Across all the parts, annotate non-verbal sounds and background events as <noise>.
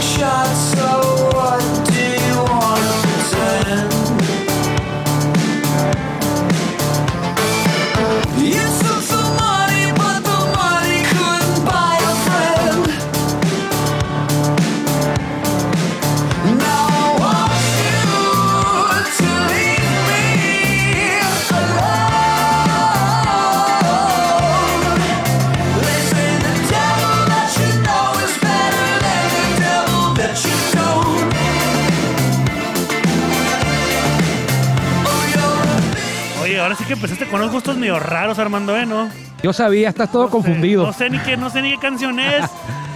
shot, so what do you want to pretend? Yes, it's the money, but the money couldn't buy a friend. Now I want you to leave me alone. They say the devil that you know is better than the devil that you don't. Oh, you're a Oye, ahora sí que empezaste con unos gustos medio raros, Armando, ¿eh? ¿No? Yo sabía, estás todo No sé, confundido. Eh, no sé ni qué, no sé ni qué canción es.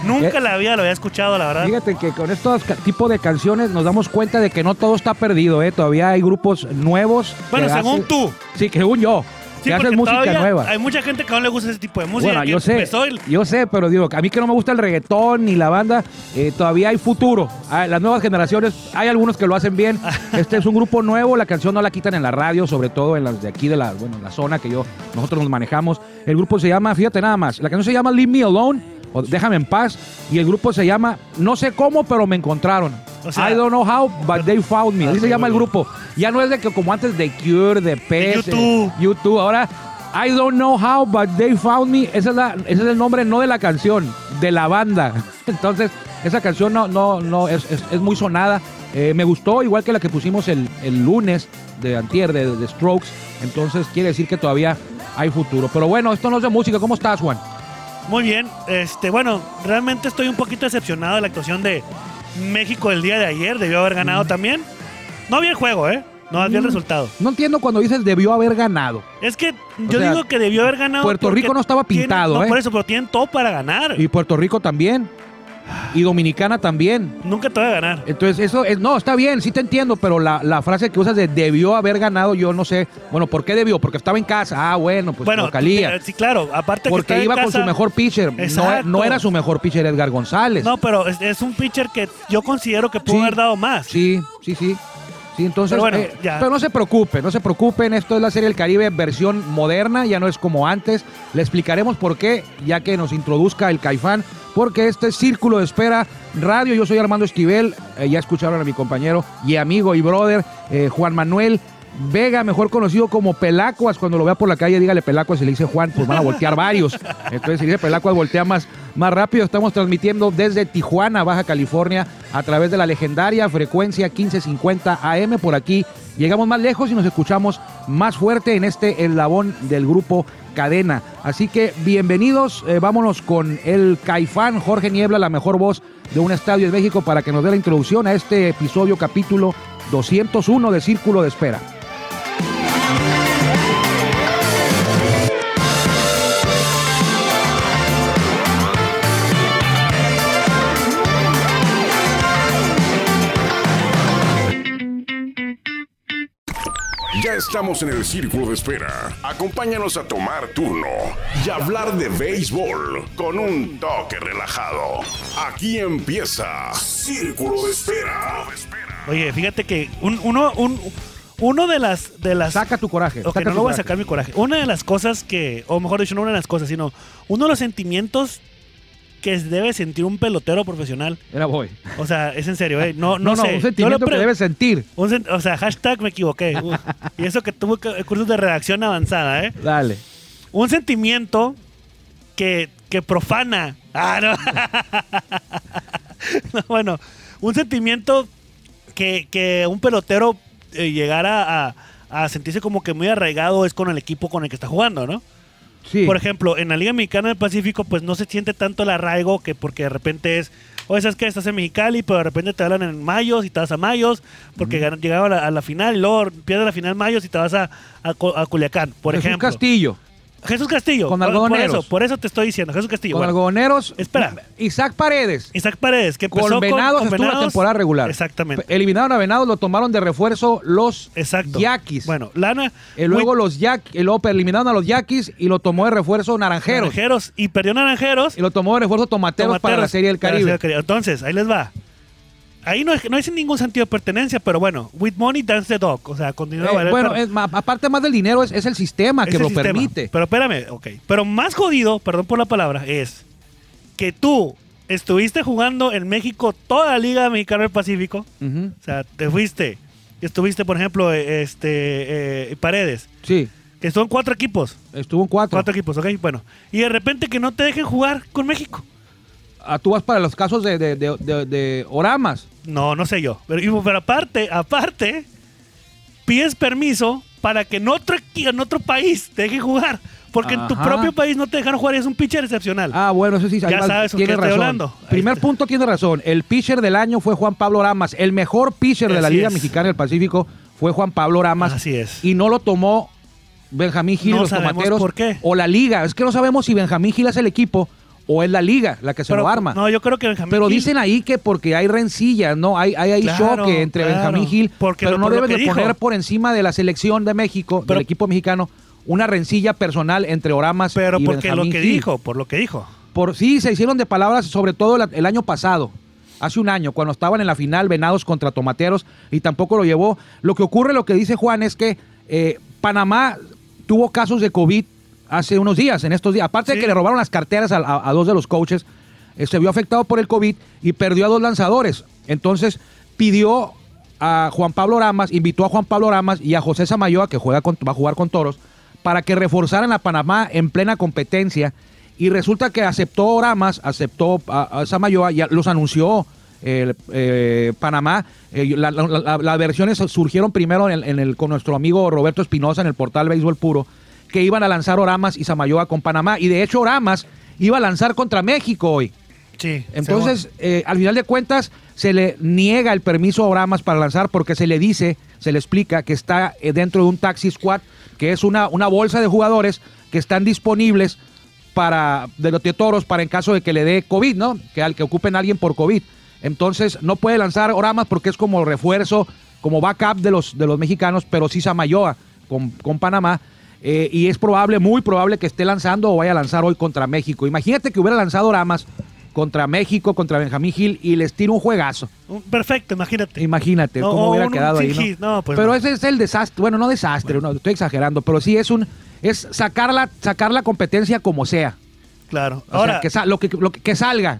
Nunca en la vida lo había escuchado, la verdad. Fíjate que con estos ca- tipo de canciones nos damos cuenta de que no todo está perdido, ¿eh? Todavía hay grupos nuevos. que Bueno, según hacen- tú. Sí, que según yo. Sí, que hacen porque música todavía nueva. Hay mucha gente que no le gusta ese tipo de música. Bueno, que yo sé, empezó el- yo sé, pero digo, a mí que no me gusta el reggaetón ni la banda, eh, todavía hay futuro. Ah, Las nuevas generaciones, hay algunos que lo hacen <laughs> bien. Este es un grupo nuevo, la canción no la quitan en la radio, sobre todo en las de aquí de la, bueno, en la zona que yo nosotros nos manejamos. El grupo se llama, fíjate nada más, la canción se llama Leave Me Alone o Déjame en paz y el grupo se llama No sé cómo, pero me encontraron. O sea- I don't know how, but they found me. Así se <laughs> llama el grupo. Ya no es de que como antes de Cure, de Pez, eh, YouTube. YouTube. Ahora, I don't know how, but they found me. Esa es la- ese es el nombre no de la canción, de la banda. <laughs> Entonces, esa canción no, no, no, es, es- es muy sonada. Eh, me gustó, igual que la que pusimos el, el lunes de Antier, de, de Strokes. Entonces, quiere decir que todavía hay futuro. Pero bueno, esto no es de música. ¿Cómo estás, Juan? Muy bien, este, bueno, realmente estoy un poquito decepcionado de la actuación de México el día de ayer, debió haber Mm. ganado también. No vi el juego, ¿eh? No vi el resultado. No entiendo cuando dices debió haber ganado. Es que yo sea, digo que debió haber ganado. Puerto porque Rico no estaba tienen- pintado, no, ¿eh? por eso, pero tienen todo para ganar. Y Puerto Rico también. Y Dominicana también. Nunca te va a ganar. Entonces, eso es, no, está bien, sí te entiendo, pero la, la frase que usas de debió haber ganado, yo no sé. Bueno, ¿por qué debió? Porque estaba en casa. Ah, bueno, pues bueno, localía. eh, sí, claro, aparte que Porque está iba en con su casa- mejor pitcher. No, Exacto. no era su mejor pitcher Edgar González. No, pero es, es un pitcher que yo considero que pudo Pues, Sí. haber dado más. Sí, sí, sí. Sí, entonces, Pero bueno, eh, ya. pero no se preocupen, no se preocupen, esto es la serie del Caribe versión moderna, ya no es como antes. Le explicaremos por qué, ya que nos introduzca el Caifán, porque este es Círculo de Espera Radio. Yo soy Armando Esquivel, eh, ya escucharon a mi compañero y amigo y brother eh, Juan Manuel Vega, mejor conocido como Pelacuas. Cuando lo vea por la calle, dígale Pelacuas y le dice Juan, pues van a voltear varios. Entonces, si dice Pelacuas, voltea más, más rápido. Estamos transmitiendo desde Tijuana, Baja California, a través de la legendaria frecuencia 1550 AM. Por aquí llegamos más lejos y nos escuchamos más fuerte en este eslabón del grupo Cadena. Así que bienvenidos, eh, vámonos con el Caifán Jorge Niebla, la mejor voz de un estadio en México, para que nos dé la introducción a este episodio, capítulo 201 de Círculo de Espera. Ya estamos en el círculo de espera. Acompáñanos a tomar turno y hablar de béisbol con un toque relajado. Aquí empieza Círculo de Espera. Oye, fíjate que un- uno, un- uno de las de las Saca tu coraje. Ok, saca no tu lo voy a coraje. sacar mi coraje. Una de las cosas que, o mejor dicho, no una de las cosas, sino uno de los sentimientos que debe sentir un pelotero profesional. Era voy. O sea, es en serio, ¿eh? No, no, No, no, sé. un Yo sentimiento lo pre- que debes sentir. un sen- o sea, hashtag me equivoqué. Uf. y eso que tuvo que- cursos de redacción avanzada, ¿eh? Dale. Un sentimiento que, que profana. Ah, <laughs> no. No, bueno, un sentimiento que, que un pelotero eh, llegara a, a sentirse como que muy arraigado es con el equipo con el que está jugando, ¿no? Sí. Por ejemplo, en la Liga Mexicana del Pacífico, pues no se siente tanto el arraigo que porque de repente es, oye, sabes que estás en Mexicali, pero de repente te hablan en Mayos y te vas a Mayos, porque gan- llegaba a la, a la final, y luego pierdes la final Mayos y te vas a, a Cu- a Culiacán, por Jesús ejemplo. Castillo. Jesús Castillo. Con por- algodoneros. Por eso, por eso te estoy diciendo, Jesús Castillo. Con bueno. algodoneros. Espera. Isaac Paredes. Isaac Paredes, que empezó Con Venados con estuvo la Venados. temporada regular. Exactamente. Eliminaron a Venados, lo tomaron de refuerzo los Exacto. Yaquis. Bueno, Lana. Y luego muy- los Yaquis, y luego eliminaron a los Yaquis y lo tomó de refuerzo Naranjeros. Naranjeros. Y perdió Naranjeros. Y lo tomó de refuerzo tomateros, para la Tomateros, Serie del para la Caribe. Serie Entonces, ahí les va. Ahí no, es- no es sin ningún sentido de pertenencia, pero bueno, with money dance the dog. O sea, continúa Eh, a valer bueno, per- es ma- aparte más del dinero, es, es el sistema ese que lo sistema. permite. Pero espérame, ok. Pero más jodido, perdón por la palabra, es que tú estuviste jugando en México toda la Liga Mexicana del Pacífico. Ujú. O sea, te fuiste. Estuviste, por ejemplo, eh, este eh, Paredes, Sí, que son cuatro equipos. estuvo en cuatro. Cuatro equipos, ok, bueno. Y de repente que no te dejen jugar con México. Ah, tú vas para los casos de, de, de- de- de Oramas. No, no sé yo. Pero, y- pero aparte, aparte, pides permiso para que en otro, equi- en otro país te dejen jugar. Porque en tu Ajá. propio país no te dejaron jugar y es un pitcher excepcional. Ah, bueno, eso sí, ahí Ya vas- sabes con tiene quién estoy razón. hablando. Ahí Primer está. punto tiene razón. El pitcher del año fue Juan Pablo Oramas. El mejor pitcher de la Así Liga es. Mexicana del Pacífico fue Juan Pablo Oramas. Así es. Y no lo tomó Benjamín Gil, No los sabemos tomateros. por qué. O la liga. Es que no sabemos si Benjamín Gil es el equipo o es la liga la que se Pero- lo arma. No, yo creo que Benjamín Pero Gil- dicen ahí que porque hay rencillas, ¿no? Hay, hay, hay Claro, choque entre claro. Benjamín Gil, Porque lo- pero no por lo deben de que dijo. poner por encima de la selección de México, Pero- del equipo mexicano, una rencilla personal entre Oramas Pero y porque lo Benjamín que Gil. dijo, por lo que dijo. Por sí, se hicieron de palabras, sobre todo la- el año pasado, hace un año, cuando estaban en la final Venados contra Tomateros y tampoco lo llevó. Lo que ocurre, lo que dice Juan, es que eh, Panamá tuvo casos de COVID hace unos días, en estos días. Aparte de Sí. que le robaron las carteras a, a- a dos de los coaches, eh, se vio afectado por el COVID y perdió a dos lanzadores. Entonces pidió a Juan Pablo Ramas, invitó a Juan Pablo Ramas y a José Samayoa, que juega con- va a jugar con toros, para que reforzaran a Panamá en plena competencia. Y resulta que aceptó Ramas, aceptó a, a Samayoa, ya los anunció el, eh, Panamá. Eh, la- la- la- Las versiones surgieron primero en el- en el- con nuestro amigo Roberto Espinosa en el portal Béisbol Puro, que iban a lanzar Oramas y Samayoa con Panamá. Y de hecho Oramas iba a lanzar contra México hoy. Sí. Entonces, eh, al final de cuentas, se le niega el permiso a Oramas para lanzar porque se le dice, se le explica que está eh, dentro de un taxi squad, que es una, una bolsa de jugadores que están disponibles para de los toros para en caso de que le dé COVID, ¿no? Que al que ocupen a alguien por COVID. Entonces, no puede lanzar Oramas porque es como refuerzo, como backup de los, de los mexicanos, pero sí Samayoa con, con Panamá. Eh, y es probable, muy probable que esté lanzando o vaya a lanzar hoy contra México. Imagínate que hubiera lanzado Oramas contra México, contra Benjamín Gil y les tira un juegazo. Un- Perfecto, imagínate. Imagínate No, cómo o hubiera un- quedado sí, ahí. ¿no? sí, no, pues pero no. ese es el desastre. Bueno, no desastre, no, estoy exagerando, pero sí es un es sacar la, sacar la competencia como sea. Claro. O Ahora, sea, que, sa- lo que, lo que, que salga.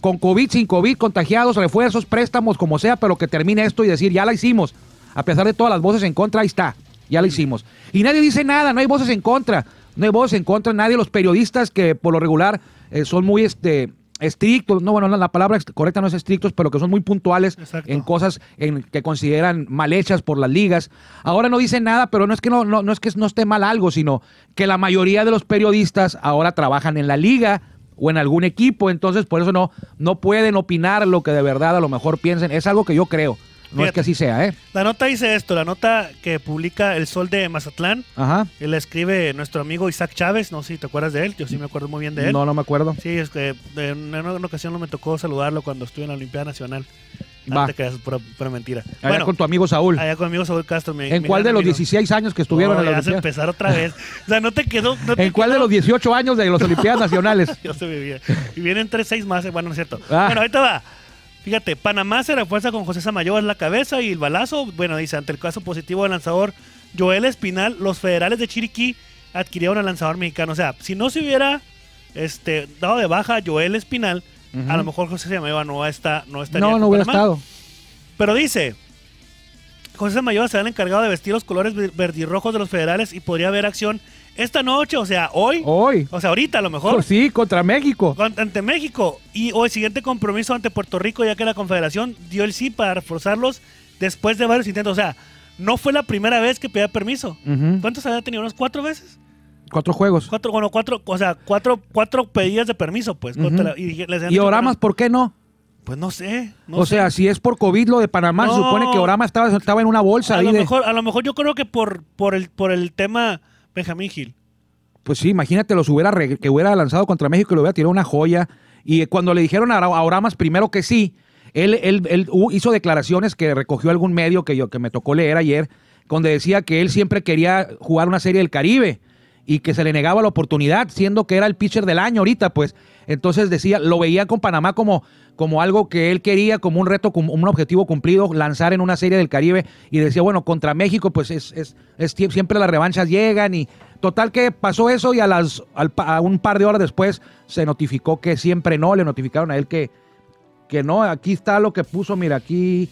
Con COVID, sin COVID, contagiados, refuerzos, préstamos, como sea, pero que termine esto y decir, ya la hicimos. A pesar de todas las voces en contra, ahí está, ya la hicimos. Y nadie dice nada, no hay voces en contra. No hay voces en contra, nadie. Los periodistas que por lo regular eh, son muy este, estrictos, no, bueno, no, la palabra ex- correcta no es estrictos, pero que son muy puntuales Exacto. en cosas en que consideran mal hechas por las ligas. Ahora no dicen nada, pero no es que no, no, no es que no esté mal algo, sino que la mayoría de los periodistas ahora trabajan en la liga o en algún equipo, entonces por eso no, no pueden opinar lo que de verdad a lo mejor piensen. Es algo que yo creo. No es Fíjate. que así sea, ¿eh? la nota dice esto, la nota que publica El Sol de Mazatlán, Ajá. y la escribe nuestro amigo Isaac Chávez, no sé si te acuerdas de él, yo sí me acuerdo muy bien de él. No, no me acuerdo. Sí, es que en una ocasión no me tocó saludarlo cuando estuve en la Olimpiada Nacional. Va. Antes que es pura, pura mentira. Allá con tu amigo Saúl. allá conmigo Saúl Castro. mi- ¿En mi cuál de gran los amigo. 16 años que estuvieron No, en la ya vas a Olimpiada? empezar otra vez. O sea, no te quedó. no te ¿En cuál de quedó- los 18 años de las Olimpiadas <laughs> Nacionales? Yo se vivía. Y vienen tres, seis más. eh, Bueno, no es cierto. Ah. Bueno, ahorita va. Fíjate, Panamá se refuerza con José Samayoa en la cabeza y el balazo. Bueno, dice, ante el caso positivo del lanzador Joel Espinal, los federales de Chiriquí adquirieron al lanzador mexicano. O sea, si no se hubiera este, dado de baja a Joel Espinal, a lo mejor José Samayoa no, está, no estaría No, con no hubiera Panamá. estado. Pero dice, José Samayoa será el encargado de vestir los colores ver- verdirrojos de los federales y podría haber acción esta noche, o sea, hoy. Hoy. O sea, ahorita a lo mejor. Pues sí, contra México. Con- ante México y o el siguiente compromiso ante Puerto Rico ya que la Confederación dio el sí para reforzarlos después de varios intentos. O sea, no fue la primera vez que pedía permiso. Ujú. ¿Cuántos había tenido? ¿Unos cuatro veces? Cuatro juegos. Cuatro, bueno, cuatro, o sea, cuatro, cuatro pedidas de permiso, pues. Ujú. contra la- y, dije- les habían ¿Y dicho que Oramas no. por qué no? Pues no sé. no o sé. sea, si es por COVID lo de Panamá, se No. supone que Oramas estaba, estaba en una bolsa a ahí lo, de- mejor, a lo mejor yo creo que por, por, el, por el tema Benjamín Gil. Pues sí, imagínate, los hubiera re- que hubiera lanzado contra México y le hubiera tirado una joya. Y eh, cuando le dijeron a, Ara- a Oramas primero que sí, él, él- él hu- hizo declaraciones que recogió algún medio que, yo, que me tocó leer ayer, donde decía que él siempre quería jugar una serie del Caribe y que se le negaba la oportunidad, siendo que era el pitcher del año ahorita, pues. Entonces decía, lo veía con Panamá como, como algo que él quería, como un reto, como un objetivo cumplido, lanzar en una serie del Caribe. Y decía, bueno, contra México, pues es, es, es tie- siempre las revanchas llegan. Y total que pasó eso y a, las, al pa- a un par de horas después se notificó que siempre no, le notificaron a él que, que no, aquí está lo que puso, mira, aquí,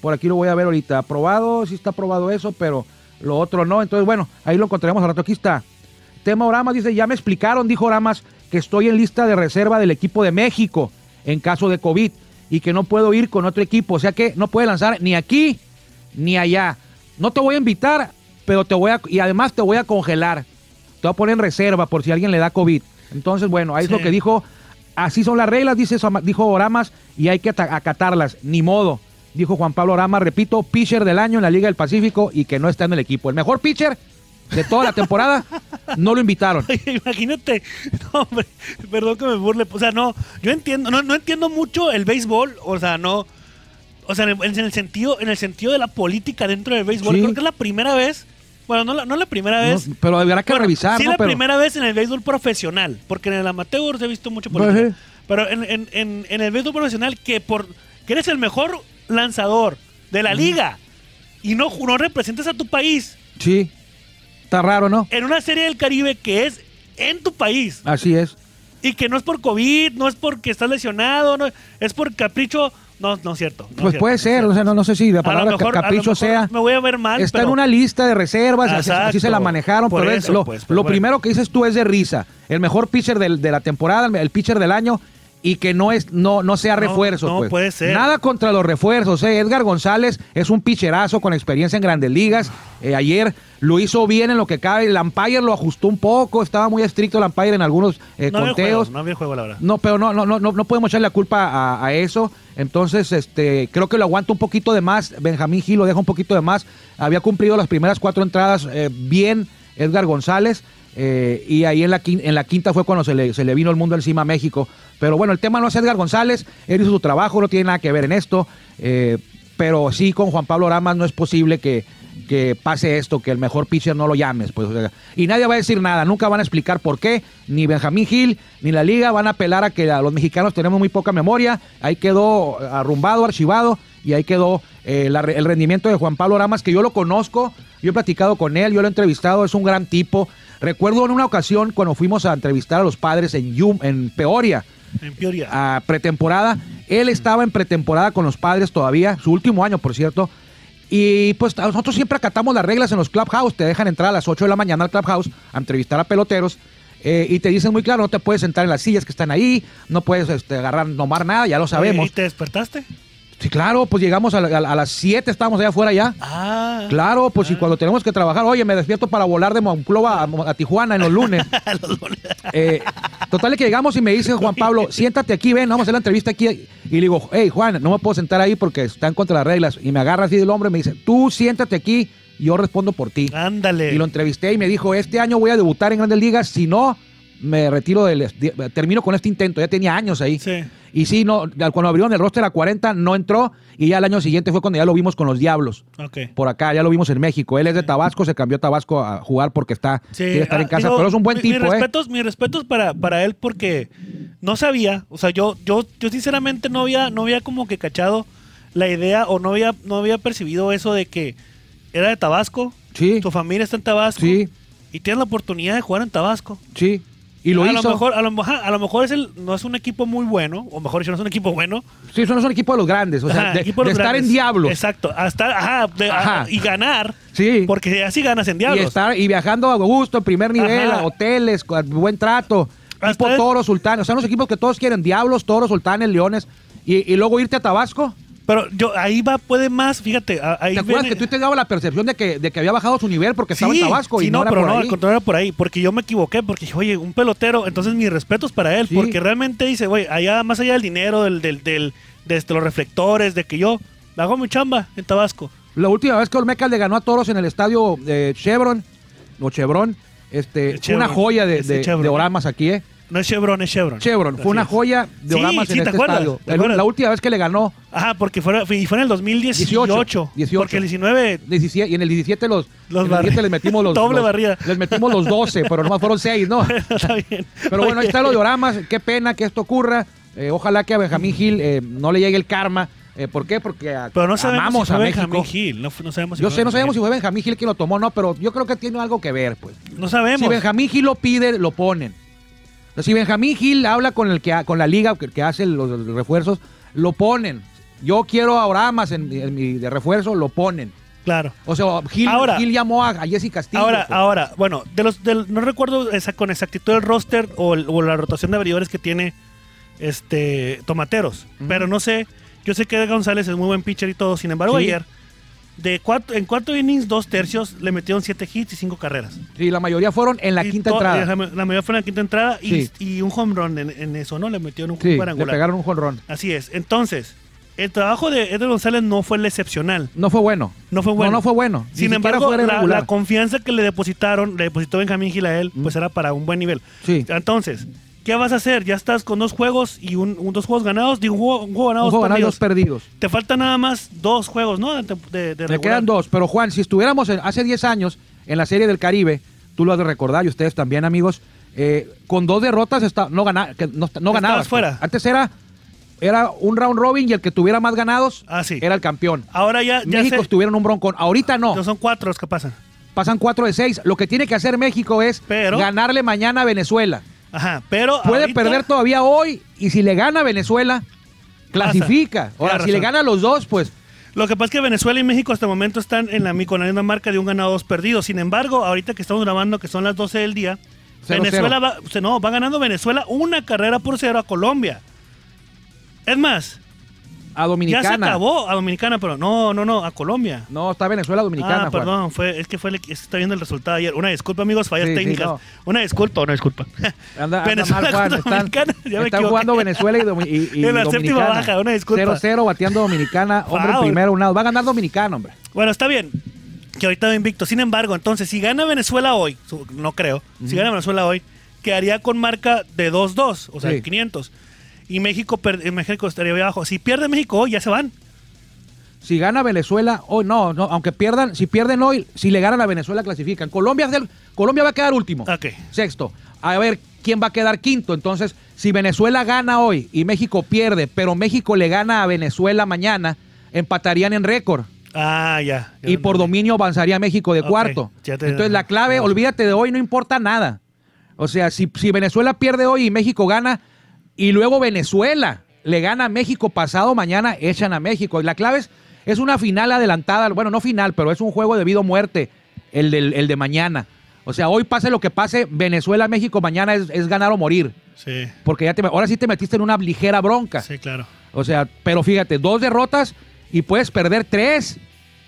por aquí lo voy a ver ahorita. Aprobado, sí está aprobado eso, pero lo otro no. Entonces, bueno, ahí lo encontraremos al rato. Aquí está. Tema Oramas dice, ya me explicaron, dijo Oramas, que estoy en lista de reserva del equipo de México en caso de COVID y que no puedo ir con otro equipo. O sea que no puede lanzar ni aquí ni allá. No te voy a invitar, pero te voy a... Y además te voy a congelar. Te voy a poner en reserva por si alguien le da COVID. Entonces, bueno, ahí es Sí. lo que dijo Así son las reglas, dice, Sama- dijo Oramas, y hay que ata- acatarlas. Ni modo, dijo Juan Pablo Oramas. Repito, pitcher del año en la Liga del Pacífico y que no está en el equipo. El mejor pitcher de toda la temporada <laughs> no lo invitaron. Oye, <laughs> imagínate, no, hombre, perdón que me burle, o sea, no, yo entiendo, no, no entiendo mucho el béisbol, o sea, no, o sea, en, en el sentido, en el sentido de la política dentro del béisbol, Sí. creo que es la primera vez, bueno, no la, no la primera vez, No, pero habrá que Bueno, revisar, sí ¿no? la Pero- primera vez en el béisbol profesional, porque en el amateur se ha visto mucho política, Ajá. pero en, en- en- en el béisbol profesional que por que eres el mejor lanzador de Mm. la liga y no, ju- no representas a tu país Sí, está raro, ¿no? en una serie del Caribe que es en tu país. Así es. Y que no es por COVID, no es porque estás lesionado, no, es por capricho. No, no es cierto. no es Pues cierto, puede no es ser, cierto. o sea, no, no sé si la A lo palabra mejor- a lo capricho mejor sea... Me voy a ver mal. Está en pero- una lista de reservas, así, así Exacto. se la manejaron, Por pero es- eso, lo, pues, lo pero bueno. primero que dices tú es de risa. El mejor pitcher del- de la temporada, el- el pitcher del año y que no es no no sea No, refuerzo, no pues. puede ser. Nada contra los refuerzos, eh. Edgar González es un pitcherazo con experiencia en Grandes Ligas. Eh, ayer lo hizo bien en lo que cabe, el umpire lo ajustó un poco, estaba muy estricto el umpire en algunos eh, no había conteos. juego, no había juego, la verdad. No, pero no, no, no, no, no podemos echarle la culpa a, a eso. Entonces, este, creo que lo aguanta un poquito de más. Benjamín Gil lo deja un poquito de más. Había cumplido las primeras cuatro entradas eh, bien Edgar González. eh, y ahí en la, quin- en la quinta fue cuando se le, se le vino el mundo encima a México. Pero bueno, el tema no es Edgar González. Él hizo su trabajo, no tiene nada que ver en esto. eh, pero sí, con Juan Pablo Ramas no es posible que, que pase esto, que el mejor pitcher no lo llames. Pues, o sea, y nadie va a decir nada, nunca van a explicar por qué, ni Benjamín Gil, ni la liga van a apelar a que a los mexicanos tenemos muy poca memoria. Ahí quedó eh, arrumbado, archivado, y ahí quedó eh, la re- el rendimiento de Juan Pablo Ramas, que yo lo conozco, yo he platicado con él, yo lo he entrevistado, es un gran tipo. Recuerdo en una ocasión cuando fuimos a entrevistar a los padres en, Yum, en Peoria, En Peoria. a pretemporada. Él estaba en pretemporada con los padres todavía, su último año, por cierto. Y pues a nosotros siempre acatamos las reglas en los clubhouse. Te dejan entrar a las 8 de la mañana al clubhouse a entrevistar a peloteros. eh, y te dicen muy claro, no te puedes sentar en las sillas que están ahí, no puedes este, agarrar, tomar nada, ya Oye, lo Eh, ¿Y sabemos. te despertaste? Sí, claro, pues llegamos a, la- a las 7, estábamos allá afuera ya. Ah. Claro, pues y cuando tenemos que trabajar, oye, me despierto para volar de Monclova a, Mo- a Tijuana en <laughs> los lunes. Eh, total que llegamos y me dice Juan Pablo, siéntate aquí, ven, vamos a hacer la entrevista aquí. Y le digo, hey Juan, no me puedo sentar ahí porque está en contra de las reglas. Y me agarra así del hombro y me dice, tú siéntate aquí, y yo respondo por ti. Ándale. Y lo entrevisté y me dijo, este año voy a debutar en Grandes Ligas, si no, me retiro del... Termino con este intento, ya tenía años ahí. Sí. Y sí, no, cuando abrieron el roster a 40 no entró y ya el año siguiente fue cuando ya lo vimos con los Diablos Ok. por acá, ya lo vimos en México. Él es de Tabasco, se cambió a Tabasco a jugar porque está Sí, quiere estar en ah, casa, digo, pero es un buen mi- tipo, Mis ¿eh? respetos, mis respetos para, para él porque no sabía, o sea, yo, yo, yo sinceramente no había, no había como que cachado la idea o no había, no había percibido eso de que era de Tabasco, Sí. tu familia está en Tabasco Sí. y tienes la oportunidad de jugar en Tabasco. Sí. Y lo a hizo. Lo mejor, a, lo, mo- ajá, a lo mejor es el, no es un equipo muy bueno, o mejor dicho, no es un equipo bueno. Sí, son, son equipos de los grandes, o sea, Ajá, de, equipo de de los estar en grandes. Diablos. Exacto, hasta, ajá, de- Ajá. ajá, y ganar. Sí. Porque así ganas en Y Diablos. estar y viajando a gusto, en primer nivel, Ajá. a hoteles, con buen trato, Hasta tipo es- Toros, Sultanes, o sea, unos equipos que todos quieren, Diablos, Toros, Sultanes, Leones, y, y luego irte a Tabasco. Pero yo ahí va, puede más, fíjate, a- ahí ¿Te acuerdas viene- que tú te daba la percepción de que, de que había bajado su nivel porque estaba en Tabasco sí, y no, era pero por no, ahí? al contrario era por ahí, porque yo me equivoqué, porque dije, oye, un pelotero, entonces mis respetos para él, Sí. porque realmente dice, güey, allá, más allá del dinero, del, del, del- de este, los reflectores, de que yo hago mi chamba en Tabasco. La última vez que Olmeca le ganó a Toros en el estadio eh, Chevron, o Chevron, este, Chevron, una joya de, este de- Chevron. de Oramas aquí, ¿eh? No es Chevron, es Chevron. Chevron, fue Así una es. joya de Sí, Oramas sí, en ¿te este acuerdas? estadio. ¿Te El- acuerdas? la última vez que le ganó, Ajá, porque fue, y fue en el 2018. 18, 18. Porque el 19 17, y en el 17 los, Los en el barri- 17 les metimos <laughs> los Doble los- barrida. Les metimos los 12, pero nomás fueron <laughs> 6, ¿no? <laughs> está bien. Pero bueno, ahí está lo de Oramas. Qué pena que esto ocurra. Eh, ojalá que a Benjamín Gil eh, no le llegue el karma. Eh, ¿Por qué? Porque a- Pero no sabemos amamos si a fue México. Benjamín Gil. No, fu- no sabemos si Yo fue sé, no sabemos si Benjamín fue Benjamín Gil quien lo tomó, no, pero yo creo que tiene algo que ver, pues. Gil. No sabemos. Si Benjamín Gil lo pide, lo ponen. Pero si Benjamín Gil habla con el que ha- con la liga que, que hace los, los refuerzos, lo ponen. Yo quiero a Oramas en, mi- en mi de refuerzo, lo ponen. Claro. O sea, Gil, Ahora- Gil llamó a, a Jesse Castillo. Ahora, pues. ahora, bueno, de los, del- no recuerdo esa, con exactitud el roster o, el- o la rotación de abridores que tiene este Tomateros, pero no sé, yo sé que Eder González es muy buen pitcher y todo, sin embargo Sí. ayer de cuatro, en cuatro innings, dos tercios, le metieron siete hits y cinco carreras. Sí, la mayoría fueron en la Y quinta to- eh, entrada. La, la mayoría fue en la quinta entrada y, Sí. y un home run en, en eso, ¿no? Le metieron un Sí, le cuadrangular. pegaron un jonrón. Así es. Entonces, el trabajo de Eder González no fue el excepcional. No fue bueno. No fue bueno. No, no fue bueno. Ni Sin siquiera embargo, fue la, regular. Mm. la confianza que le depositaron, le depositó Benjamín Gil a él, pues era para un buen nivel. Sí. Entonces, ¿qué vas a hacer? Ya estás con dos juegos y un, un- dos juegos ganados, digo, un juego, un juego ganado, Un dos juego ganado, dos perdidos. perdidos. Te faltan nada más dos juegos, ¿no? De, de- de Le regular. quedan dos, pero Juan, si estuviéramos en- hace 10 años en la Serie del Caribe, tú lo has de recordar y ustedes también, amigos, eh, con dos derrotas está, no, gana, que no, no Estabas ganabas. pues. fuera. Antes era, era un round robin y el que tuviera más ganados Ah, sí. era el campeón. Ahora ya, ya México sé- estuvieron un broncón. Ahorita no. no son cuatro los que pasan. Pasan 4 de 6. Lo que tiene que hacer México es Pero- ganarle mañana a Venezuela. Ajá, pero Puede ahorita- perder todavía hoy y si le gana a Venezuela, clasifica. Ahora, Tienes si le razón. gana a los dos, pues Lo que pasa es que Venezuela y México hasta el momento están en la, con la misma marca de un ganado, dos perdidos. Sin embargo, ahorita que estamos grabando, que son las 12 del día, Cero, Venezuela cero. va, o sea, no, va ganando Venezuela una carrera por cero a Colombia. Es más, a Dominicana. ya se acabó a Dominicana, pero no, no, no, a Colombia. No, está Venezuela Dominicana, ah, Juan. perdón, fue, es que fue el, es que está viendo el resultado ayer. Una disculpa, amigos, fallas Sí, sí, técnicas. no. Una disculpa, una disculpa. <laughs> Anda, anda mal, Juan. contra Están, Dominicana, ya me están equivoqué. jugando Venezuela y, Domi- y, y <laughs> En la séptima Dominicana. baja, una disculpa. 0-0 bateando Dominicana. Hombre, Foul. primero, un out. Va a ganar Dominicana, hombre. Bueno, está bien. Que ahorita va invicto. Sin embargo, entonces, si gana Venezuela hoy, su- no creo, si gana Venezuela hoy, quedaría con marca de 2-2, o sea, Sí. 500. Y México, per- eh, México estaría ahí abajo. Si pierde México hoy, ya se van. Si gana Venezuela, hoy no, no, aunque pierdan, si pierden hoy, si le ganan a Venezuela, clasifican. Colombia, es del- Colombia va a quedar último. Ok. Sexto. A ver quién va a quedar quinto. Entonces, si Venezuela gana hoy y México pierde, pero México le gana a Venezuela mañana, empatarían en récord. Ah, ya. Ya y lo por entendí. dominio avanzaría México de Ok, cuarto. ya te- Entonces la clave, ya. olvídate de hoy, no importa nada. O sea, si, si Venezuela pierde hoy y México gana, y luego Venezuela le gana a México pasado mañana, echan a México. Y la clave es, es una final adelantada, bueno, no final, pero es un juego de vida o muerte, el, del- el de mañana. O sea, hoy pase lo que pase, Venezuela-México mañana es, es ganar o morir. Sí, Porque ya te, ahora sí te metiste en una ligera bronca. sí, claro. O sea, pero fíjate, dos derrotas y puedes perder tres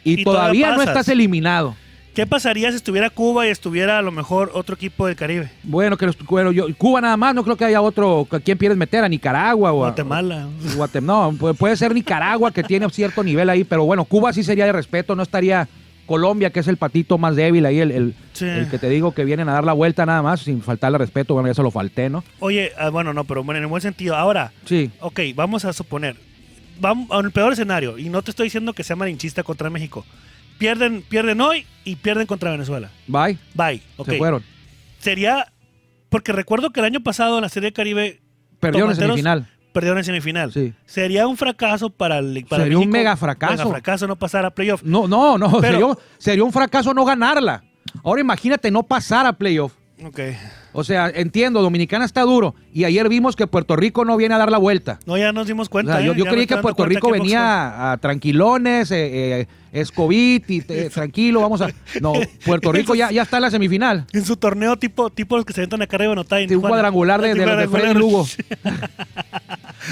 y, Y todavía todavía, no pasas. estás eliminado. ¿Qué pasaría si estuviera Cuba y estuviera a lo mejor otro equipo del Caribe? Bueno, que los- bueno, yo, Cuba nada más, no creo que haya otro. ¿A quién quieres meter? ¿A Nicaragua o a- Guatemala. o Guatem- no, pu- puede ser Nicaragua que tiene cierto nivel ahí, pero bueno, Cuba sí sería de respeto, no estaría Colombia, que es el patito más débil ahí, el, el- Sí. el que te digo que vienen a dar la vuelta nada más, sin faltarle respeto, bueno, ya se lo falté, ¿no? Oye, ah, bueno, no, pero bueno, en el buen sentido. Ahora, Sí. ok, vamos a suponer, vamos a un peor escenario, y no te estoy diciendo que sea marinchista contra México. Pierden, pierden hoy y pierden contra Venezuela. Bye. Bye. Ok. Se fueron. Sería, porque recuerdo que el año pasado en la Serie del Caribe Perdieron en Tomateros semifinal. perdieron en semifinal. Sí. Sería un fracaso para el para Sería un México. mega fracaso. Mega fracaso no pasar a playoff. No, no, no. Pero- sería, un- sería un fracaso no ganarla. Ahora imagínate no pasar a playoff. Ok. O sea, entiendo, Dominicana está duro. Y ayer vimos que Puerto Rico no viene a dar la vuelta. No, ya nos dimos O cuenta. sea, yo, ¿eh? yo Ya me creí estoy que dando Puerto cuenta Rico que Fox no- venía a, tranquilones, eh, eh, Escobit, y, <laughs> eh, tranquilo, vamos a... No, Puerto Rico ya, ya está en la semifinal. En su torneo tipo, tipo los que se aventan acá arriba en Otay. en Sí, un Tijuana. cuadrangular de, de, de <laughs> Freddy Lugo.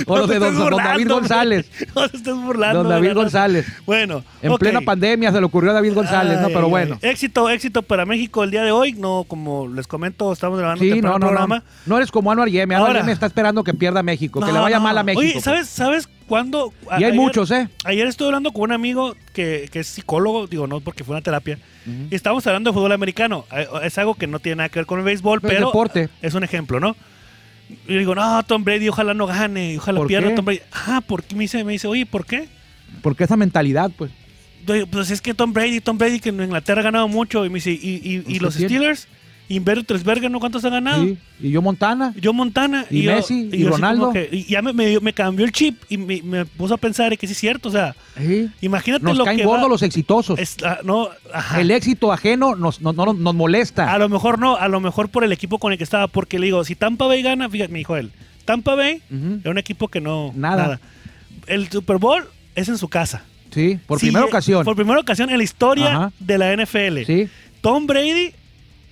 o No los te de don, estés don David burlando, hombre. González. <laughs> No te estés burlando. Don de David la- González. Bueno. En ok. plena pandemia se le ocurrió a David González, ¿no? Ay, Pero ay, bueno. ay. Éxito, éxito para México el día de hoy. No, como les comento, estamos grabando Sí, temprano no, el no, programa. no. No eres como Anuar Yeme. Anuar Ahora- Yeme está esperando que pierda México, que No, le vaya no. mal a México. pues. Oye, ¿sabes, ¿sabes cuándo? A- Y hay muchos, ¿eh? Ayer estuve hablando con un amigo que, que es psicólogo, digo, no porque fue una terapia, y estábamos hablando de fútbol americano. Eh, Es algo que no tiene nada que ver con el béisbol, Pero es pero deporte. es un ejemplo, ¿no? Y digo, no, Tom Brady, ojalá no gane, ojalá ¿Por pierda qué? Tom Brady. Ah, ¿por qué? Me dice, me dice, oye, ¿por qué? Porque esa mentalidad, pues. Oye, Pues es que Tom Brady, Tom Brady, que en Inglaterra ha ganado mucho. Y me dice, ¿y, y- y Pues, ¿Qué los tiene? Steelers? ¿Y Berger, no cuántos ha ganado? Sí. Y yo Montana. Yo Montana Y yo- Messi, yo y así como Ronaldo. que- y ya me, me dio- me cambió el chip y me, me puso a pensar que sí es cierto, o sea, Sí. imagínate Nos lo caen que gordos va- los exitosos. es- ah, no, ajá. El éxito ajeno nos, no- no- nos, molesta. a lo mejor no, a lo mejor por el equipo con el que estaba, porque le digo, si Tampa Bay gana, fíjate, me dijo él, Tampa Bay Ujú. era un equipo que no Nada. El Super Bowl es en su casa. Sí, por Sí, primera eh, ocasión. Por primera ocasión en la historia Ajá. de la NFL. Sí. Tom Brady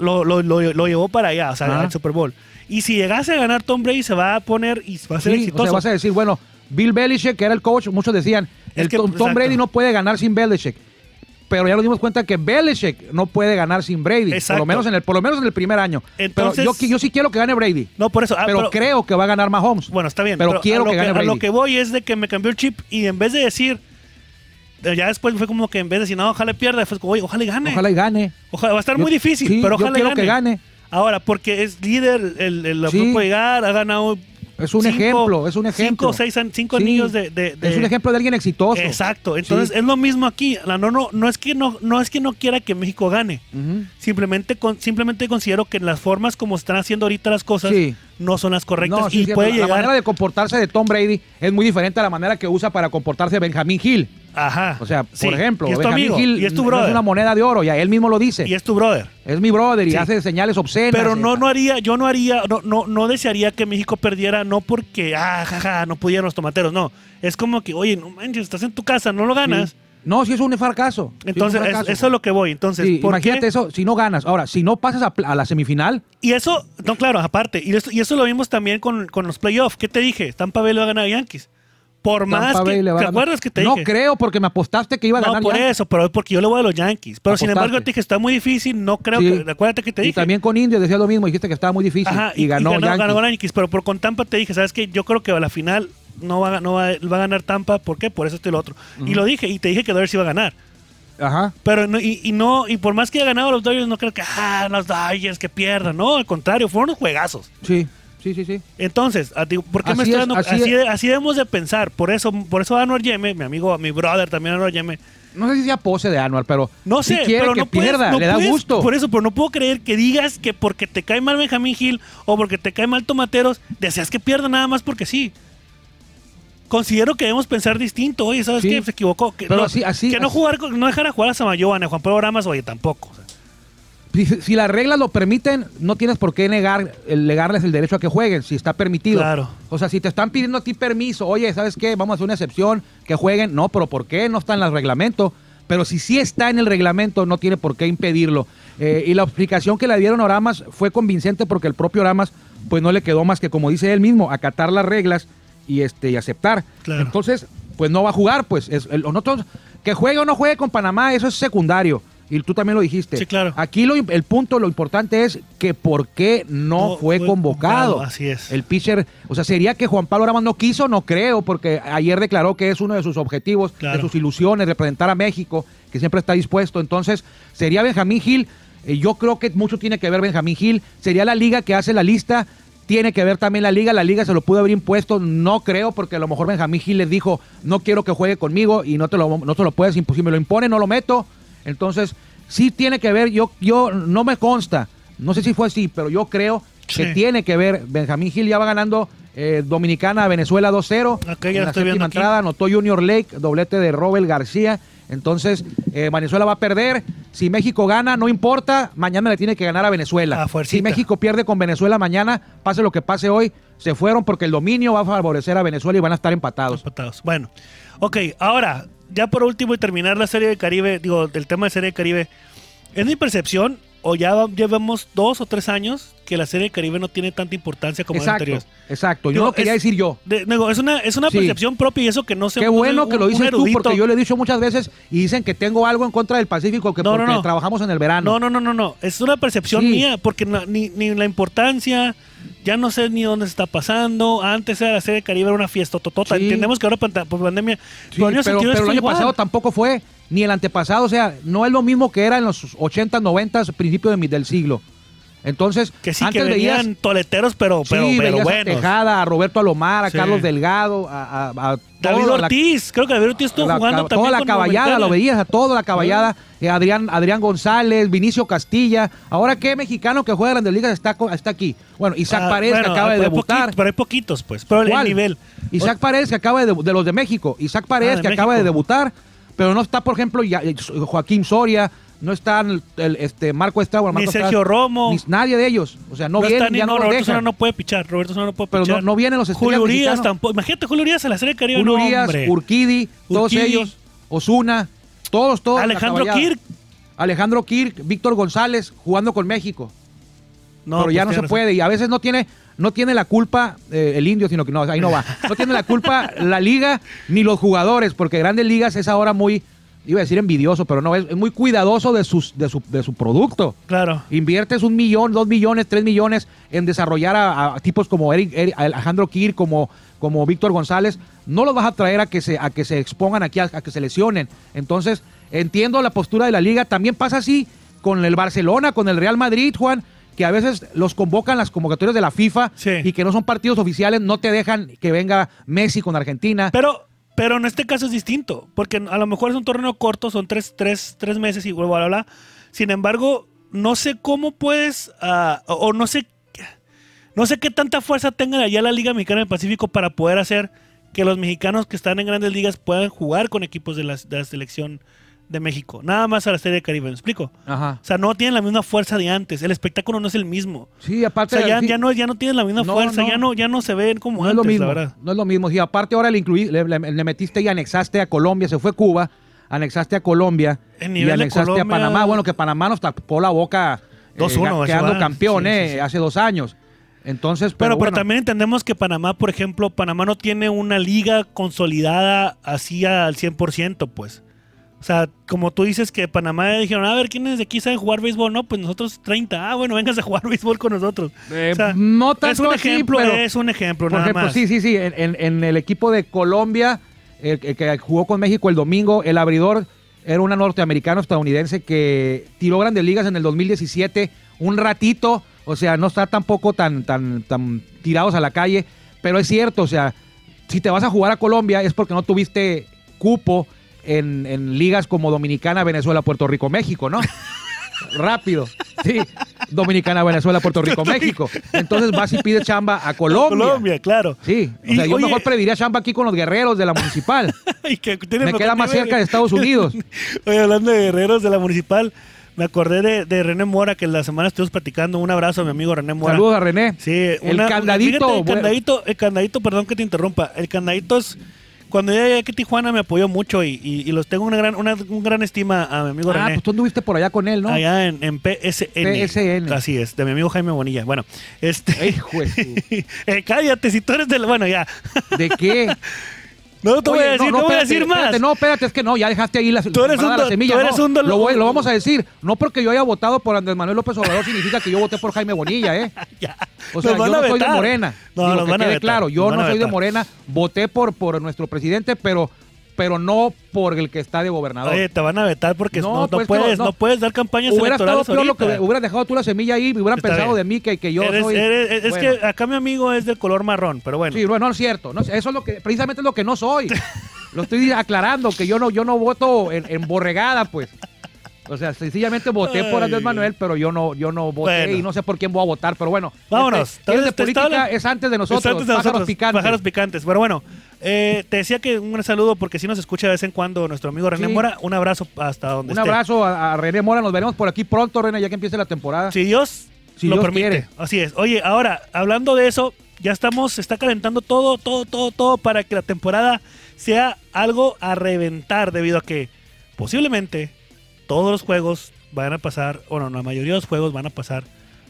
lo, lo- lo- lo llevó para allá, o sea, Ajá. al Super Bowl. Y si llegase a ganar Tom Brady, se va a poner y va a ser Sí, exitoso. O sea, vas a decir, bueno, Bill Belichick, que era el coach, muchos decían, Es el que- Tom, Tom exacto. Brady no puede ganar sin Belichick. Pero ya nos dimos cuenta que Belichick no puede ganar sin Brady. Por Exacto. lo menos en el, por lo menos en el primer año. Entonces- pero yo, qui- yo sí quiero que gane Brady. No, por eso. ah, pero, creo que va a ganar Mahomes. Bueno, está bien. Pero, quiero a lo que gane a Brady. lo que voy es de que me cambió el chip y en vez de decir. eh, Ya después fue como que en vez de decir, no, ojalá pierda, fue como, oye, ojalá y gane. Ojalá y gane. Ojalá- va a estar Yo- muy difícil, sí, pero yo ojalá y quiero que gane. Ahora, porque es líder, el, el, Sí. grupo de llegar, ha ganado. Es un cinco- ejemplo, es un ejemplo. Cinco, seis, an- cinco Sí, anillos de, de- de- Es un ejemplo de alguien exitoso. Exacto. Entonces Sí. es lo mismo aquí. La- no, no, no es que no, no es que no quiera que México gane. Ujú. Simplemente, con, simplemente considero que las formas como están haciendo ahorita las cosas Sí. no son las correctas No, sí, y sí, puede la, llegar. la manera de comportarse de Tom Brady es muy diferente a la manera que usa para comportarse Benjamín Hill. Ajá. O sea, Sí. por ejemplo, y es tu Benjamín amigo, Hill y es tu no brother, es una moneda de oro, ya él mismo lo dice. y es, es tu brother. mi brother y Sí. hace señales obscenas. Pero no, eh, no haría, yo no haría, no, no, no desearía que México perdiera, no porque, ah, jaja, no pudieron los tomateros, no. Es como que, oye, no manches, estás en tu casa, no lo sí. ganas. No, si es un fracaso. sí es un Entonces, es- fracaso. eso es lo que voy. Entonces, Sí, ¿por imagínate qué? eso, si no ganas. Ahora, si no pasas a, pl- a la semifinal, Y eso, no, claro, aparte. Y eso, y eso lo vimos también con, con los playoffs. ¿Qué te dije? Tampa Bay le va a ganar a Yankees. Por más Tampa Bay que, le va a ¿te ganar. acuerdas que te No dije? creo porque me apostaste que iba a no, ganar. por Yankees. eso, pero es porque yo le voy a los Yankees. Pero sin embargo, Apostaste. te dije, está muy difícil, no creo Sí. que, acuérdate que te dije. Y también con Indio decía lo mismo, dijiste que estaba muy difícil Ajá, y, ganó, Yankees. ganó Yankees, pero por con Tampa te dije, ¿sabes qué? Yo creo que a la final no va, a- no va, va a ganar Tampa, ¿por qué? Por eso esto y lo otro. Y lo dije, y te dije que Dodgers iba a ganar. Ajá. Pero no, y, y no, y por más que haya ganado los Dodgers, no creo que, ah, los Dodgers que pierdan. No, al contrario, fueron unos juegazos. Sí. Sí, sí, sí. Entonces, a ti- ¿por qué me Así estoy es, dando? así Así, es. de- así debemos de pensar. Por eso, por eso Anuar Yeme, mi amigo, mi brother también Anuar Yeme, No sé si sea pose de Anual, pero no sí sé, quiere pero que no puedes- pierda, no le da puedes- gusto. Por eso, pero no puedo creer que digas que porque te cae mal Benjamín Gil o porque te cae mal Tomateros, deseas que pierda nada más porque sí. Considero que debemos pensar distinto. Oye, ¿sabes Sí. qué? Se equivocó. Que, Pero no, así- así- que no así- jugar, con- no dejar a jugar a Samayoa, ni a Juan Pablo Ramas, oye, tampoco. O sea, Si, si las reglas lo permiten, no tienes por qué negar, eh, negarles el derecho a que jueguen, si está permitido. Claro. O sea, si te están pidiendo a ti permiso, oye, ¿sabes qué? Vamos a hacer una excepción, que jueguen. No, pero ¿por qué? No está en el reglamento. Pero si sí está en el reglamento, no tiene por qué impedirlo. Eh, y la explicación que le dieron a Oramas fue convincente porque el propio Oramas, pues no le quedó más que, como dice él mismo, acatar las reglas y, este, y aceptar. Claro. Entonces, pues no va a jugar, pues. Es, el- nosotros, que juegue o no juegue con Panamá, eso es secundario. Y tú también lo dijiste. Sí, claro. Aquí lo, im- el punto, lo importante es que por qué no, No fue, fue convocado. convocado, así es. El pitcher, o sea, sería que Juan Pablo Ramos no quiso, no creo, porque ayer declaró que es uno de sus objetivos, de Claro. sus ilusiones, representar a México, que siempre está dispuesto. Entonces, sería Benjamín Gil. eh, Yo creo que mucho tiene que ver Benjamín Gil. Sería la liga que hace la lista. Tiene que ver también la liga. La liga se lo pudo haber impuesto. No creo, porque a lo mejor Benjamín Gil les dijo, no quiero que juegue conmigo y no te lo, no te lo puedes imponer. Si me lo impone, no lo meto. Entonces, sí tiene que ver. Yo, yo no me consta. No sé si fue así, pero yo creo que Sí. tiene que ver. Benjamín Gil ya va ganando eh, Dominicana a Venezuela 2-0. Ok, ya en la estoy viendo séptima aquí. entrada anotó Junior Lake, doblete de Robert García. Entonces, eh, Venezuela va a perder. Si México gana, no importa, mañana le tiene que ganar a Venezuela. Ah, si fuercita. México pierde con Venezuela mañana, pase lo que pase hoy, se fueron porque el dominio va a favorecer a Venezuela y van a estar empatados. empatados. Bueno, ok, ahora, ya por último y terminar la serie del Caribe, digo, del tema de serie del Caribe, es mi percepción, o ya va- llevamos dos o tres años que la serie del Caribe no tiene tanta importancia como las exacto, anteriores. exacto. Yo Digo, lo quería es- decir yo. de- digo, es una, es una Sí. percepción propia y eso que no se Qué no bueno soy que un- lo un dices tú, erudito. porque yo lo he dicho muchas veces y dicen que tengo algo en contra del Pacífico, que No, no, porque no. trabajamos en el No, verano. no, no, no, no. Es una percepción ah, Sí. mía, porque no- ni, ni la importancia, ya no sé ni dónde se está pasando. Antes era la serie del Caribe, era una fiesta totota. Sí. Entendemos que ahora panta- por pandemia. Sí, en pero, ese sentido pero el está año igual. pasado tampoco fue, ni el antepasado, o sea, no es lo mismo que era en los 80, 90, principios de mi- del siglo. Entonces, Que sí, antes que veías- venían toleteros, pero, pero, sí, pero veías a buenos. Tejada, a Roberto Alomar, a Sí. Carlos Delgado, a, a- a David todo, a la- Ortiz, creo que David Ortiz estuvo la- jugando toda también. la con caballada, Dominicana. lo veías a toda la caballada, eh, Adrián, Adrián González, Vinicio Castilla. Ahora qué mexicano que juega en Grandes Ligas está, co- está aquí. Bueno, Isaac Ah, Paredes bueno, que acaba de pero hay debutar. poqui- pero hay poquitos, pues. Pero el ¿Cuál? nivel. Ah, Isaac Paredes que acaba de, debu- de los de México. Isaac Paredes de que acaba de México. debutar, pero no está, por ejemplo, ya- eh, Joaquín Soria, no está el, el- este Marco Estrada, Ni Sergio Romo. ni nadie de ellos. O sea, No, no, vienen, está ni, ya no, no, los Roberto Solano dejan. no puede pichar. Roberto Solano no puede Pero no- pichar. no vienen los estrellas Julio Urias mexicanos. tampoco. Imagínate, Julio Rías en la serie del Caribe. Julio no, Urias, hombre. Urquidi, todos Urquidi. ellos, Osuna, todos, todos. la Alejandro caballada. Kirk. Alejandro Kirk, Víctor González jugando con México. No, pero ya no pues, se tienes- puede y a veces no tiene no tiene la culpa eh, el indio sino que no ahí no va no tiene la culpa la liga ni los jugadores porque Grandes Ligas es ahora muy iba a decir envidioso pero no es, es muy cuidadoso de sus de su, de su producto Claro. inviertes un millón dos millones tres millones en desarrollar a, a tipos como Eric, Eric- Alejandro Kirk como como Víctor González no los vas a traer a que se a que se expongan aquí a, a que se lesionen entonces entiendo la postura de la liga también pasa así con el Barcelona con el Real Madrid Juan que a veces los convocan las convocatorias de la FIFA Sí. y que no son partidos oficiales, no te dejan que venga Messi con Argentina. Pero, pero en este caso es distinto, porque a lo mejor es un torneo corto, son tres, tres, tres meses y vuelvo a hablar. Sin embargo, no sé cómo puedes, ah, o, o no sé, no sé qué tanta fuerza tenga allá la Liga Mexicana del Pacífico para poder hacer que los mexicanos que están en grandes ligas puedan jugar con equipos de la, de la selección de México. Nada más a la Serie del Caribe, ¿me explico? Ajá. O sea, no tienen la misma fuerza de antes, el espectáculo no es el mismo. Sí, O aparte sea, ya, sí. ya no, ya no tienen la misma No, fuerza, no. Ya, no, ya no se ven como No es antes, lo mismo. la verdad. No es lo mismo. Y aparte ahora le, incluí, le, le- le metiste y anexaste a Colombia, se fue Cuba, anexaste a Colombia El nivel y de anexaste Colombia- a Panamá. Bueno, que Panamá nos tapó la boca 2-1, eh, ga- eso, quedando ah, campeón sí, eh, sí, sí. hace dos años. Entonces, Pero, pero, pero bueno, también entendemos que Panamá, por ejemplo, Panamá no tiene una liga consolidada así al 100%, pues. O sea, como tú dices que Panamá dijeron, a ver, ¿quiénes de aquí saben jugar béisbol? No, pues nosotros 30. Ah, bueno, vengas a jugar <laughs> béisbol con nosotros. O sea, no tanto es un así, ejemplo, pero- es un ejemplo, por nada ejemplo, más. sí, sí, sí, en, en- en el equipo de Colombia, el, que- que jugó con México el domingo, el abridor era una norteamericano estadounidense que tiró grandes ligas en el 2017, un ratito, o sea, no está tampoco tan, tan, tan tirados a la calle, pero es cierto, o sea, si te vas a jugar a Colombia es porque no tuviste cupo en, en ligas como Dominicana, Venezuela, Puerto Rico, <laughs> México, ¿no? Rápido. Sí. Dominicana, Venezuela, Puerto Rico, México. Entonces vas y pides chamba a Colombia. Colombia, claro. Sí. O Y, sea, yo oye, <laughs> mejor preferiría chamba aquí con los guerreros de la municipal. y que tiene Me mejor queda más nivel. cerca de <laughs> Estados Unidos. Oye, hablando de guerreros de la municipal, me acordé de, de René Mora, que la semana estuvimos platicando. Un abrazo a mi amigo René Mora. Saludos a René. Sí, el una- candadito. fíjate, el bueno, candadito, el candadito, perdón que te interrumpa. El candadito es. Cuando yo llegué aquí a Tijuana me apoyó mucho y, y- y los tengo una gran, una, un gran estima a mi amigo ah, René. pues tú anduviste por allá con él, ¿no? Allá en, en PSN. PSN. Así es, de mi amigo Jaime Bonilla. Bueno, este. Hijo de su- <laughs> eh, cállate, si tú eres del. Bueno, ya. <laughs> ¿De qué? No <laughs> te voy Oye, a decir, no, voy a espérate, decir más. espérate, no, espérate, es que no, ya dejaste ahí la, Tú eres sembrada un la do- semilla. tú eres no, un dolo- lo, voy- lo vamos a decir. No porque yo haya votado por Andrés Manuel López Obrador significa que yo voté por Jaime Bonilla, ¿eh? Ya. O sea, Nos van yo a no soy de vetar. Morena. No, Digo, nos que van a quede vetar, claro, yo nos van no a soy de vetar. Morena. Voté por, por nuestro presidente, pero, pero no por el que está de gobernador. Oye, te van a vetar porque No, no, no pues, puedes, no. no, no. puedes dar campañas hubiera estado electorales peor lo que ahorita. hubieras dejado tú la semilla ahí, hubieran Está pensado bien. de mí que, que yo Eres- soy. eres- es Bueno. que acá mi amigo es del color marrón, pero bueno. Sí, bueno, no es cierto. No, es- eso es lo que, precisamente es lo que no soy. Lo estoy aclarando, que yo no, yo no voto en, en borregada, pues. O sea, sencillamente voté por Andrés Ay. Manuel, pero yo no, yo no voté Bueno. y no sé por quién voy a votar, pero bueno. Vámonos. Este, eres de Entonces, te política estaba- es antes de nosotros, Está antes de pájaros nosotros, picantes. pájaros picantes. Pero bueno, eh, te decía que un saludo porque si nos escucha de vez en cuando nuestro amigo René Sí. Mora. Un abrazo hasta donde Un esté. abrazo a, a René Mora, nos veremos por aquí pronto, René, ya que empiece la temporada. Si Dios Si lo Dios permite. quiere. Así es. Oye, ahora, hablando de eso, ya estamos, se está calentando todo, todo, todo, todo para que la temporada sea algo a reventar debido a que posiblemente todos los juegos van a pasar, bueno, la mayoría de los juegos van a pasar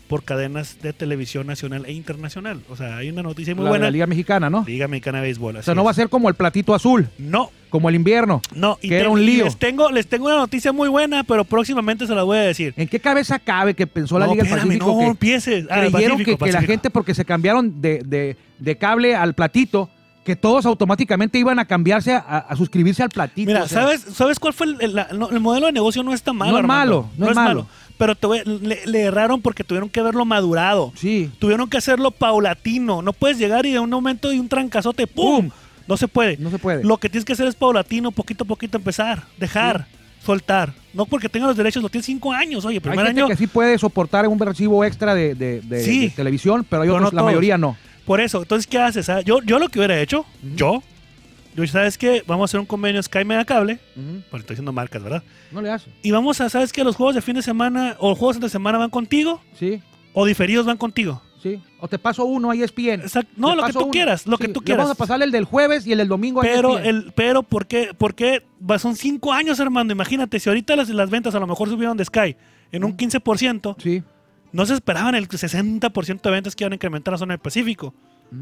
por cadenas de televisión nacional e internacional. O sea, hay una noticia muy la, de buena. la Liga Mexicana, ¿no? Liga Mexicana de Béisbol. o sea, no va a ser como el platito azul, No, como el invierno. no. Y Que te- era un y lío. Les tengo, les tengo una noticia muy buena, pero próximamente se la voy a decir. ¿En qué cabeza cabe que pensó la no, Liga del espérame, Pacífico no que- empieces. Ah, creyeron Pacífico, que, que la Pacífico. gente, porque se cambiaron de, de- de cable al platito, que todos automáticamente iban a cambiarse, a, a suscribirse al platito. Mira, o sea, ¿sabes, ¿sabes cuál fue el, el- la- no, el modelo de negocio? No está malo. No es Armando. malo, no es malo. Pero te voy- le, le erraron porque tuvieron que verlo madurado. Sí. Tuvieron que hacerlo paulatino. No puedes llegar y de un momento y un trancazote, ¡pum! ¡Pum! No se puede. No se puede. Lo que tienes que hacer es paulatino, poquito a poquito empezar, dejar, soltar. No porque tenga los derechos, lo tienes cinco años. Oye, Hay primer gente año. que sí puede soportar un recibo extra de, de- de- Sí. de televisión, pero hay Pero otros, no la todos. mayoría no. Por eso, entonces, ¿qué haces? ah? Yo, yo lo que hubiera hecho, yo, yo, ¿sabes qué? Vamos a hacer un convenio Sky Media Cable. Ujú. Pues estoy diciendo marcas, ¿verdad? No le hace. Y vamos a, ¿sabes qué? Los juegos de fin de semana o juegos entre semana van contigo Sí, o diferidos van contigo. sí. O te paso uno a E ESPN. Exacto. No, Te lo que paso tú quieras, lo que tú le quieras. Vamos a pasar el del jueves y el del domingo a E Pero, ESPN. el, pero ¿por qué? ¿Por qué? Va- Son cinco años, Armando. Imagínate, si ahorita las, las ventas a lo mejor subieron de Sky en un 15%, Mm. Sí. no se esperaban el 60% de ventas que iban a incrementar la zona del Pacífico. Mm.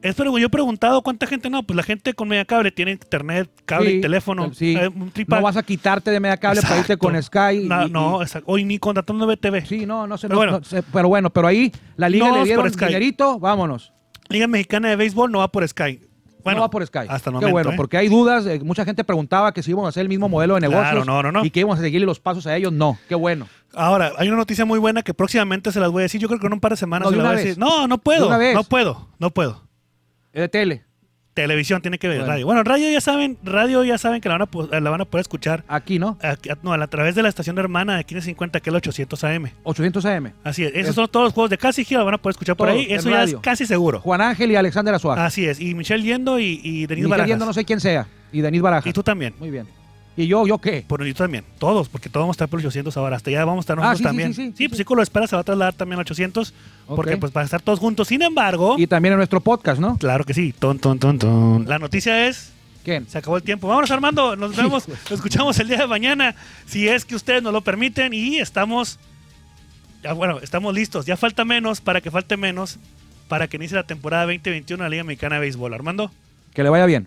Es pero yo he preguntado cuánta gente no, pues la gente con media cable tiene internet, cable Sí, y teléfono, Sí. eh, un tripad. no vas a quitarte de media cable para irte Exacto. con Sky. y- No, y- no, exacto. Hoy ni contratando BTV. Sí, no, no sé. Pero no- bueno. no sé, pero bueno, pero ahí la liga No le vamos dieron por Sky. dinerito, vámonos. Liga Mexicana de Béisbol no va por Sky. Bueno, no va por Sky. Hasta el Qué momento. bueno, ¿eh? porque hay dudas. eh, mucha gente preguntaba que si íbamos a hacer el mismo modelo de Claro, negocios. no, no, no. Y que íbamos a seguirle los pasos a ellos. No, qué bueno. Ahora, hay una noticia muy buena que próximamente se las voy a decir. Yo creo que en un par de semanas No, se de las una voy a vez. decir. No, no De puedo. una vez. No puedo. No puedo. Es Eh, de tele. Televisión tiene que ver, Bueno. radio. Bueno, radio ya saben, radio ya saben que la van a, po- la van a poder escuchar Aquí, ¿no? a, a- no, a, la- a través de la estación hermana de 1550, que es la 800 AM. 800 AM. Así es. Esos Es- son todos los juegos de casi gira, van a poder escuchar por Todos, ahí. en Eso ya es radio. casi seguro. Juan Ángel y Alexander Azuaga. Así es. Y Michelle Yendo y, y Denise Miguel Ah, Barajas. Yendo, no sé quién sea. Y Denis Baraja. Y tú también. Muy bien. ¿Y yo, yo qué? Por y tú también, todos, porque todos vamos a estar por el 800 ahora, hasta ya vamos a estar Ah, nosotros sí, sí, también. sí, sí, sí, sí, pues Círculo de Espera se va a trasladar también a 800, porque Ok. pues para estar todos juntos. Sin embargo, Y también en nuestro podcast, ¿no? claro que sí, ton, ton, ton, ton. La noticia es, ¿Quién? se acabó el tiempo. Vámonos Armando, nos vemos, <laughs> Hijo nos escuchamos el día de mañana, si es que ustedes nos lo permiten y estamos, ya bueno, estamos listos. Ya falta menos para que falte menos para que inicie la temporada 2021 de la Liga Mexicana de Béisbol. Armando. Que le vaya bien.